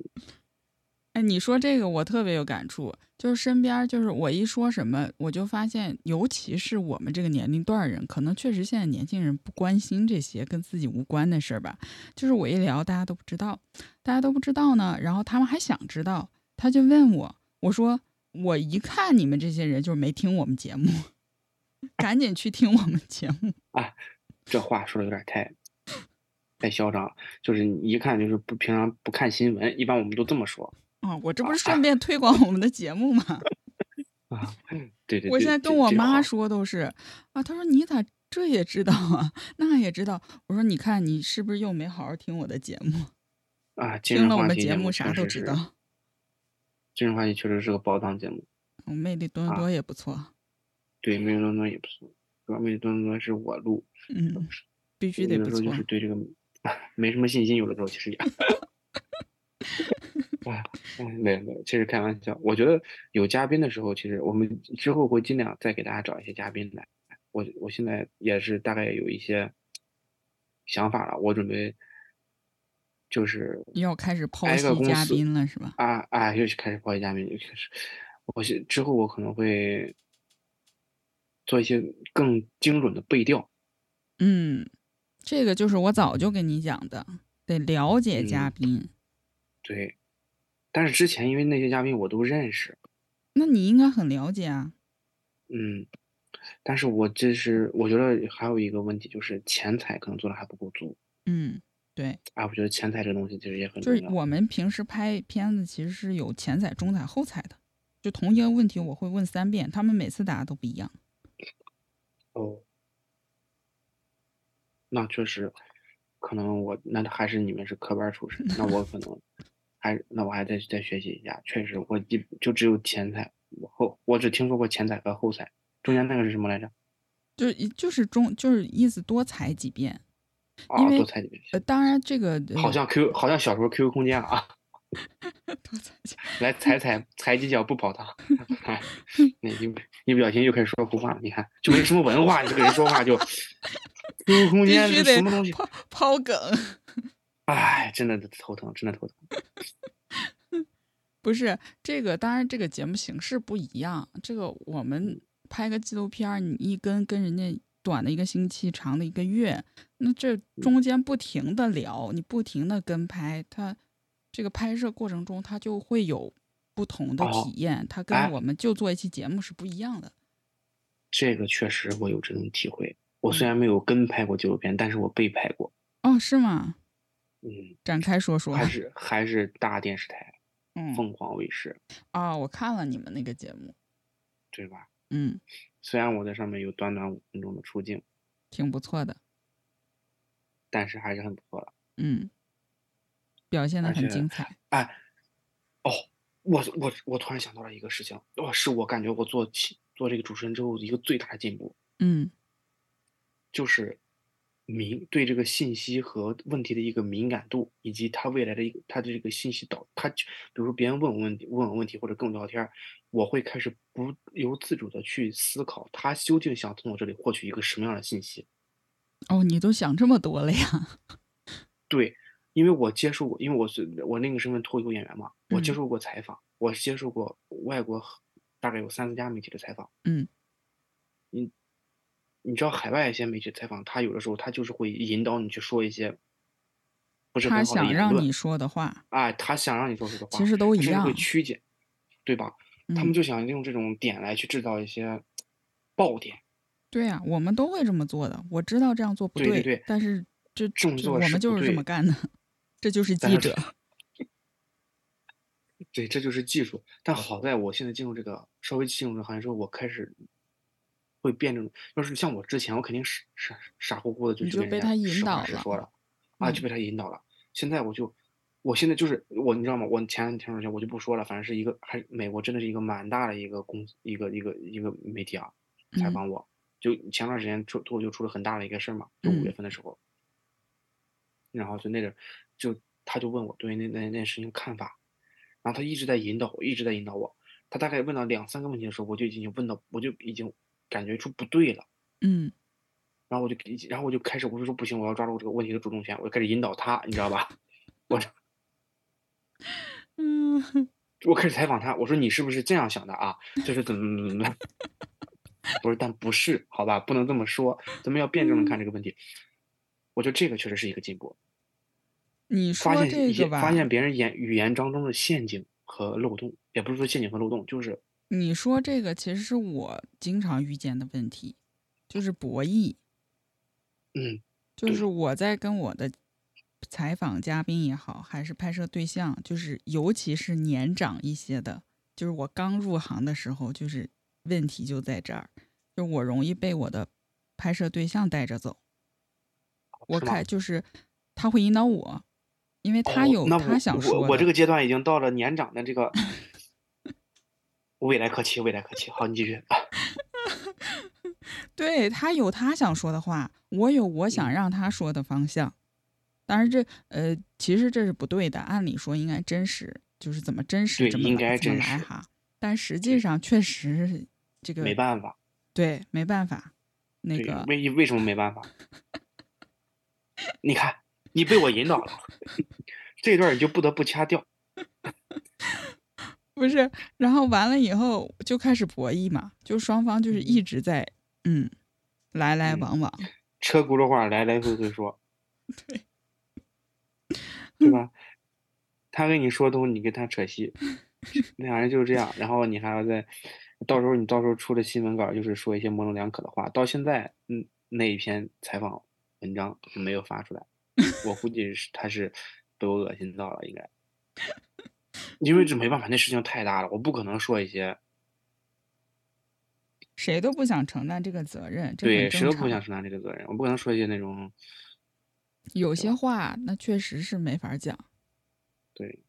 [SPEAKER 4] 哎，你说这个我特别有感触，就是身边儿就是我一说什么，我就发现，尤其是我们这个年龄段儿人，可能确实现在年轻人不关心这些跟自己无关的事儿吧。就是我一聊，大家都不知道，大家都不知道呢，然后他们还想知道，他就问我，我说我一看你们这些人就是没听我们节目， 赶紧去听我们节目。
[SPEAKER 3] 这话说的有点太太嚣张了，就是你一看就是不平常不看新闻，一般我们都这么说
[SPEAKER 4] 啊、我这不是顺便推广我们的节目吗？
[SPEAKER 3] 啊。对对，
[SPEAKER 4] 我
[SPEAKER 3] 对
[SPEAKER 4] 现在
[SPEAKER 3] 这
[SPEAKER 4] 跟我
[SPEAKER 3] 这个
[SPEAKER 4] 妈
[SPEAKER 3] 话
[SPEAKER 4] 说都是啊，她说你咋这也知道啊，那也知道。我说你看你是不是又没好好听我的节目？
[SPEAKER 3] 啊，今
[SPEAKER 4] 听
[SPEAKER 3] 日
[SPEAKER 4] 了我
[SPEAKER 3] 话
[SPEAKER 4] 们
[SPEAKER 3] 题
[SPEAKER 4] 节目
[SPEAKER 3] 目
[SPEAKER 4] 啥
[SPEAKER 3] 确
[SPEAKER 4] 都
[SPEAKER 3] 实
[SPEAKER 4] 知
[SPEAKER 3] 是。
[SPEAKER 4] 道。
[SPEAKER 3] 今日话题确实是个宝藏节目，
[SPEAKER 4] 嗯，魅力
[SPEAKER 3] 啊
[SPEAKER 4] 多伦多也不错，
[SPEAKER 3] 对《魅力多伦多》也不错，主要《魅力多伦多》是我录，
[SPEAKER 4] 嗯，必须得
[SPEAKER 3] 有
[SPEAKER 4] 不
[SPEAKER 3] 的时候
[SPEAKER 4] 错。
[SPEAKER 3] 就是对这个 没什么信心，有的时候其实 也。哎，哎没有没有，其实开玩笑。我觉得有嘉宾的时候，其实我们之后会尽量再给大家找一些嘉宾来。我我现在也是大概有一些想法了，我准备就是
[SPEAKER 4] 要开始剖
[SPEAKER 3] 挨个
[SPEAKER 4] 析
[SPEAKER 3] 公
[SPEAKER 4] 嘉
[SPEAKER 3] 司
[SPEAKER 4] 宾了是吧？
[SPEAKER 3] 啊啊，又去开始抛弃嘉宾，又开始。我是之后我可能会做一些更精准的背调，
[SPEAKER 4] 嗯，这个就是我早就跟你讲的，得了解嘉
[SPEAKER 3] 嗯
[SPEAKER 4] 宾。
[SPEAKER 3] 对。但是之前因为那些嘉宾我都认识，
[SPEAKER 4] 那你应该很了解啊。
[SPEAKER 3] 嗯，但是我这是我觉得还有一个问题就是前采可能做的还不够足
[SPEAKER 4] 嗯，对，
[SPEAKER 3] 啊，我觉得前采这个东西其实也很
[SPEAKER 4] 就
[SPEAKER 3] 重
[SPEAKER 4] 是
[SPEAKER 3] 要。
[SPEAKER 4] 我们平时拍片子其实是有前采、中采、后采的。就同一个问题，我会问三遍，他们每次答都不一样。
[SPEAKER 3] 哦，那确实，可能我那还是你们是科班儿出身，那我可 能还那我还得再学习一下。确实，我就就只有前采，我后我只听说过前采和后采，中间那个是什么来着？
[SPEAKER 4] 就一就是中就是意思多采几遍。因
[SPEAKER 3] 啊，
[SPEAKER 4] 为
[SPEAKER 3] 多采几遍。
[SPEAKER 4] 呃，当然这个、呃
[SPEAKER 3] 好像 Q 好像小时候 QQ 空间啊，
[SPEAKER 4] 多采几
[SPEAKER 3] 来踩踩踩几脚不跑堂， 哎那一不一不小心又开始说胡话了。你看，就没什么文化，你这个人说话 就 QQ 空间
[SPEAKER 4] 必须
[SPEAKER 3] 是
[SPEAKER 4] 得
[SPEAKER 3] 什么东西？
[SPEAKER 4] 抛抛梗，
[SPEAKER 3] 哎，真的头疼，真的头疼。
[SPEAKER 4] 不是这个。当然这个节目形式不一样，这个我
[SPEAKER 3] 嗯
[SPEAKER 4] 们拍个纪录片儿，你一跟跟人家短的一个星期，长的一个月，那这
[SPEAKER 3] 嗯
[SPEAKER 4] 中间不停的聊，你不停的跟拍，它这个拍摄过程中它就会有不同的
[SPEAKER 3] 哦
[SPEAKER 4] 体验，它跟
[SPEAKER 3] 哎
[SPEAKER 4] 我们就做一期节目是不一样的。
[SPEAKER 3] 这个确实我有这种体会。我虽然没有跟拍过纪录片，但是我被拍过。
[SPEAKER 4] 哦，是吗？
[SPEAKER 3] 嗯，
[SPEAKER 4] 展开说说。
[SPEAKER 3] 还是还是大电视台
[SPEAKER 4] 嗯
[SPEAKER 3] 凤凰卫视，
[SPEAKER 4] 啊、我看了你们那个节目，
[SPEAKER 3] 对吧？
[SPEAKER 4] 嗯，
[SPEAKER 3] 虽然我在上面有短短五分钟的出镜，
[SPEAKER 4] 挺不错的，
[SPEAKER 3] 但是还是很不错的。
[SPEAKER 4] 嗯，表现的
[SPEAKER 3] 而
[SPEAKER 4] 很
[SPEAKER 3] 且
[SPEAKER 4] 精彩。
[SPEAKER 3] 哎，哦，我我我突然想到了一个事情，哦，是我感觉我做起做这个主持人之后一个最大的进步，
[SPEAKER 4] 嗯，
[SPEAKER 3] 就是敏对这个信息和问题的一个敏感度，以及他未来的一个他的这个信息导，他就比如说别人问我问题，问我问题或者跟我聊天儿，我会开始不由自主的去思考他究竟想从我这里获取一个什么样的信息。
[SPEAKER 4] 哦，你都想这么多了呀？
[SPEAKER 3] 对，因为我接触过，因为我是我那个身份脱口秀演员嘛，我接
[SPEAKER 4] 嗯
[SPEAKER 3] 受过采访，我接受过外国很大概有三四家媒体的采访。
[SPEAKER 4] 嗯，
[SPEAKER 3] 你你知道海外一些媒体采访，他有的时候他就是会引导你去说一些不是
[SPEAKER 4] 他
[SPEAKER 3] 很好的
[SPEAKER 4] 想
[SPEAKER 3] 言
[SPEAKER 4] 让
[SPEAKER 3] 论
[SPEAKER 4] 你，说的话，
[SPEAKER 3] 哎，他想让你说这个话，
[SPEAKER 4] 其实都一
[SPEAKER 3] 甚至
[SPEAKER 4] 样
[SPEAKER 3] 会。曲解，对吧？他们
[SPEAKER 4] 嗯
[SPEAKER 3] 就想用这种点来去制造一些爆点。
[SPEAKER 4] 对呀、我们都会这么做的。我知道这样做不
[SPEAKER 3] 对对对
[SPEAKER 4] 但是这
[SPEAKER 3] 这么
[SPEAKER 4] 这
[SPEAKER 3] 做
[SPEAKER 4] 我
[SPEAKER 3] 是
[SPEAKER 4] 们
[SPEAKER 3] 不
[SPEAKER 4] 就是这
[SPEAKER 3] 对
[SPEAKER 4] 么干的， 这就是
[SPEAKER 3] 但
[SPEAKER 4] 记
[SPEAKER 3] 是
[SPEAKER 4] 者。
[SPEAKER 3] 对，这就是技术。但好在我现在进入这个稍微进入这个行业之后，我开始会变成，要是像我之前，我肯定是傻傻乎乎的就
[SPEAKER 4] 你
[SPEAKER 3] 去
[SPEAKER 4] 就
[SPEAKER 3] 跟
[SPEAKER 4] 被
[SPEAKER 3] 人家
[SPEAKER 4] 他引
[SPEAKER 3] 实
[SPEAKER 4] 导
[SPEAKER 3] 话实
[SPEAKER 4] 了
[SPEAKER 3] 说了，啊，就
[SPEAKER 4] 嗯
[SPEAKER 3] 被他引导了。现在我就，我现在就是我，你知道吗？我前两天我就不说了，反正是一个还是美国真的是一个蛮大的一个公司，一个一个一个媒体啊，采
[SPEAKER 4] 嗯
[SPEAKER 3] 访我。就前段时间出脱口秀出了很大的一个事儿嘛，就五月
[SPEAKER 4] 嗯
[SPEAKER 3] 份的时候，然后就那个就他就问我对那那那事情看法，然后他一直在引导我，一直在引导我。他大概问到两三个问题的时候，我就已经问到，我就已经感觉出不对了。
[SPEAKER 4] 嗯，
[SPEAKER 3] 然后我就给，然后我就开始，我就说不行，我要抓住这个问题的主动权，我就开始引导他，你知道吧？我
[SPEAKER 4] 嗯，
[SPEAKER 3] 我开始采访他，我说你是不是这样想的啊？就是怎么怎么怎 么，不是，但不是，好吧，不能这么说，咱们要辩证的看这个问题。我觉得这个确实是一个进步，
[SPEAKER 4] 你
[SPEAKER 3] 发
[SPEAKER 4] 说
[SPEAKER 3] 现
[SPEAKER 4] 这个
[SPEAKER 3] 言
[SPEAKER 4] 吧，
[SPEAKER 3] 发现别人言语言当中的陷阱和漏洞，也不是说陷阱和漏洞，就是
[SPEAKER 4] 你说这个其实是我经常遇见的问题，就是博弈，
[SPEAKER 3] 嗯，
[SPEAKER 4] 就
[SPEAKER 3] 对
[SPEAKER 4] 是我在跟我的采访嘉宾也好，还是拍摄对象，就是尤其是年长一些的，就是我刚入行的时候，就是问题就在这儿，就我容易被我的拍摄对象带着走。我
[SPEAKER 3] 是吗
[SPEAKER 4] 看就是他会引导我，因为他
[SPEAKER 3] 哦
[SPEAKER 4] 有
[SPEAKER 3] 那
[SPEAKER 4] 他
[SPEAKER 3] 我
[SPEAKER 4] 想
[SPEAKER 3] 我
[SPEAKER 4] 说
[SPEAKER 3] 我这
[SPEAKER 4] 的
[SPEAKER 3] 个阶段已经到了年长的这个，未来可期，未来可期。好，你继续啊，
[SPEAKER 4] 对他有他想说的话，我有我想
[SPEAKER 3] 嗯
[SPEAKER 4] 让他说的方向。当然这呃，其实这是不对的。按理说应该真实，就是怎么真实
[SPEAKER 3] 对
[SPEAKER 4] 怎么
[SPEAKER 3] 应
[SPEAKER 4] 来
[SPEAKER 3] 该
[SPEAKER 4] 怎么
[SPEAKER 3] 真
[SPEAKER 4] 来
[SPEAKER 3] 实
[SPEAKER 4] 哈。但实际
[SPEAKER 3] 对
[SPEAKER 4] 上确实这个
[SPEAKER 3] 没办法，
[SPEAKER 4] 对没办法，那
[SPEAKER 3] 对，
[SPEAKER 4] 个
[SPEAKER 3] 为为什么没办法？你看，你被我引导了， 这段你就不得不掐掉。
[SPEAKER 4] 不是。然后完了以后就开始博弈嘛，就双方就是一直在嗯来来
[SPEAKER 3] 嗯
[SPEAKER 4] 往往，
[SPEAKER 3] 车轱辘话来来回回 说，
[SPEAKER 4] 嗯
[SPEAKER 3] 对，对吧？他跟你说东，你跟他扯 西，两人就是这样。然后你还要在，到时候你到时候出的新闻稿就是说一些模棱两可的话。到现在，嗯，那一篇采访文章没有发出来，我估计是他是被我恶心到了，应该。因为这没办法，那事情太大了，我不可能说一些
[SPEAKER 4] 谁都不想承担这个责任，这
[SPEAKER 3] 对
[SPEAKER 4] 很
[SPEAKER 3] 谁
[SPEAKER 4] 正
[SPEAKER 3] 都不
[SPEAKER 4] 常
[SPEAKER 3] 想承担这个责任，我不可能说一些那种
[SPEAKER 4] 有些话那确实是没法讲，
[SPEAKER 3] 对，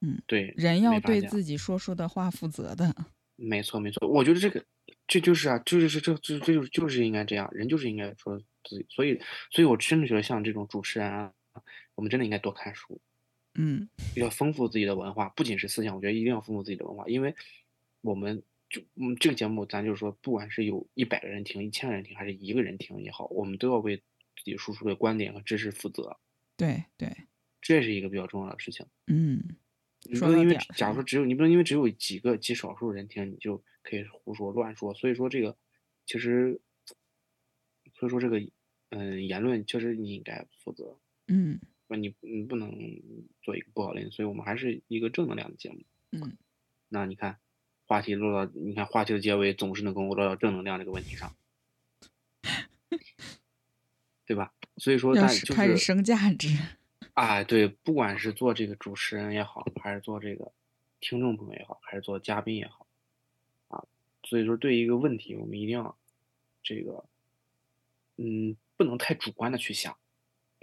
[SPEAKER 4] 嗯，
[SPEAKER 3] 对，
[SPEAKER 4] 人要
[SPEAKER 3] 没法
[SPEAKER 4] 对
[SPEAKER 3] 讲
[SPEAKER 4] 自己说出的话负责的。
[SPEAKER 3] 没错，没错，我觉得这个，这就是啊，就是这这这就是就是应该这样，人就是应该说自己，所以，所以我真的觉得像这种主持人啊，我们真的应该多看书，
[SPEAKER 4] 嗯
[SPEAKER 3] 要丰富自己的文化，不仅是思想，我觉得一定要丰富自己的文化，因为我们就嗯这个节目，咱就是说，不管是有一百个人听、一千个人听，还是一个人听也好，我们都要为自己输出的观点和知识负责，，
[SPEAKER 4] 对对，
[SPEAKER 3] 这是一个比较重要的事情。
[SPEAKER 4] 嗯，
[SPEAKER 3] 你
[SPEAKER 4] 说
[SPEAKER 3] 不能
[SPEAKER 4] 到
[SPEAKER 3] 因为
[SPEAKER 4] 点儿
[SPEAKER 3] 假
[SPEAKER 4] 上
[SPEAKER 3] 如说只有你不能因为只有几个极少数人听，你就可以胡说乱说。所以说这个其实，所以说这个嗯言论确实你应该负责，
[SPEAKER 4] 嗯
[SPEAKER 3] 那你你不能做一个不好的人。所以我们还是一个正能量的节目。
[SPEAKER 4] 嗯，
[SPEAKER 3] 那你看话题落到你看话题的结尾总是能跟我落到正能量这个问题 上，对吧？所以说
[SPEAKER 4] 要
[SPEAKER 3] 但
[SPEAKER 4] 是
[SPEAKER 3] 就
[SPEAKER 4] 开始
[SPEAKER 3] 是。
[SPEAKER 4] 升价值，
[SPEAKER 3] 啊，对，不管是做这个主持人也好，还是做这个听众朋友也好，还是做嘉宾也好，啊，所以说对一个问题，我们一定要这个，嗯，不能太主观的去想，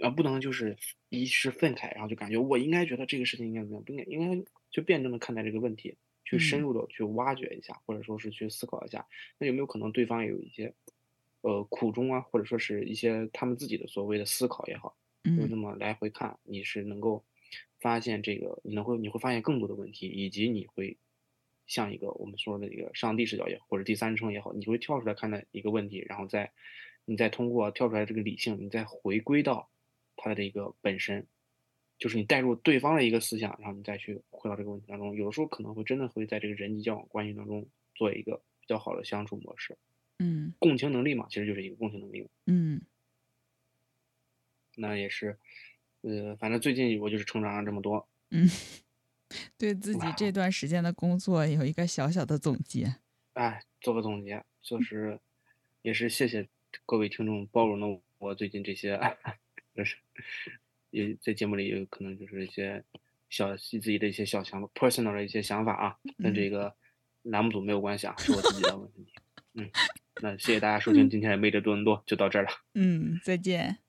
[SPEAKER 3] 啊，不能就是一时愤慨，然后就感觉我应该觉得这个事情应该怎么样，不应该应该去辩证的看待这个问题，去深
[SPEAKER 4] 嗯
[SPEAKER 3] 入的去挖掘一下，或者说是去思考一下，那有没有可能对方也有一些呃苦衷啊，或者说是一些他们自己的所谓的思考也好。就这
[SPEAKER 4] 嗯
[SPEAKER 3] 么来回看，你是能够发现这个，你能够你会发现更多的问题，以及你会像一个我们说的一个上帝视角也好，或者第三人称也好，你会跳出来看待一个问题，然后再你再通过跳出来这个理性，你再回归到它的这个本身，就是你带入对方的一个思想，然后你再去回到这个问题当中，有的时候可能会真的会在这个人际交往关系当中做一个比较好的相处模式。
[SPEAKER 4] 嗯
[SPEAKER 3] 共情能力嘛，其实就是一个共情能力嘛。
[SPEAKER 4] 嗯
[SPEAKER 3] 那也是，呃，反正最近我就是成长了这么多，
[SPEAKER 4] 嗯，对自己
[SPEAKER 3] 哦
[SPEAKER 4] 这段时间的工作有一个小小的总结。
[SPEAKER 3] 哎，做个总结，就是也是谢谢各位听众包容了我最近这些， 就是也在节目里有可能就是一些小自己的一些小想法，personal 的一些想法啊，跟这个栏目组没有关系啊，是我自己的问题。嗯，那谢谢大家收听今天的《魅力多伦多》，就到这儿了。
[SPEAKER 4] 嗯，再见。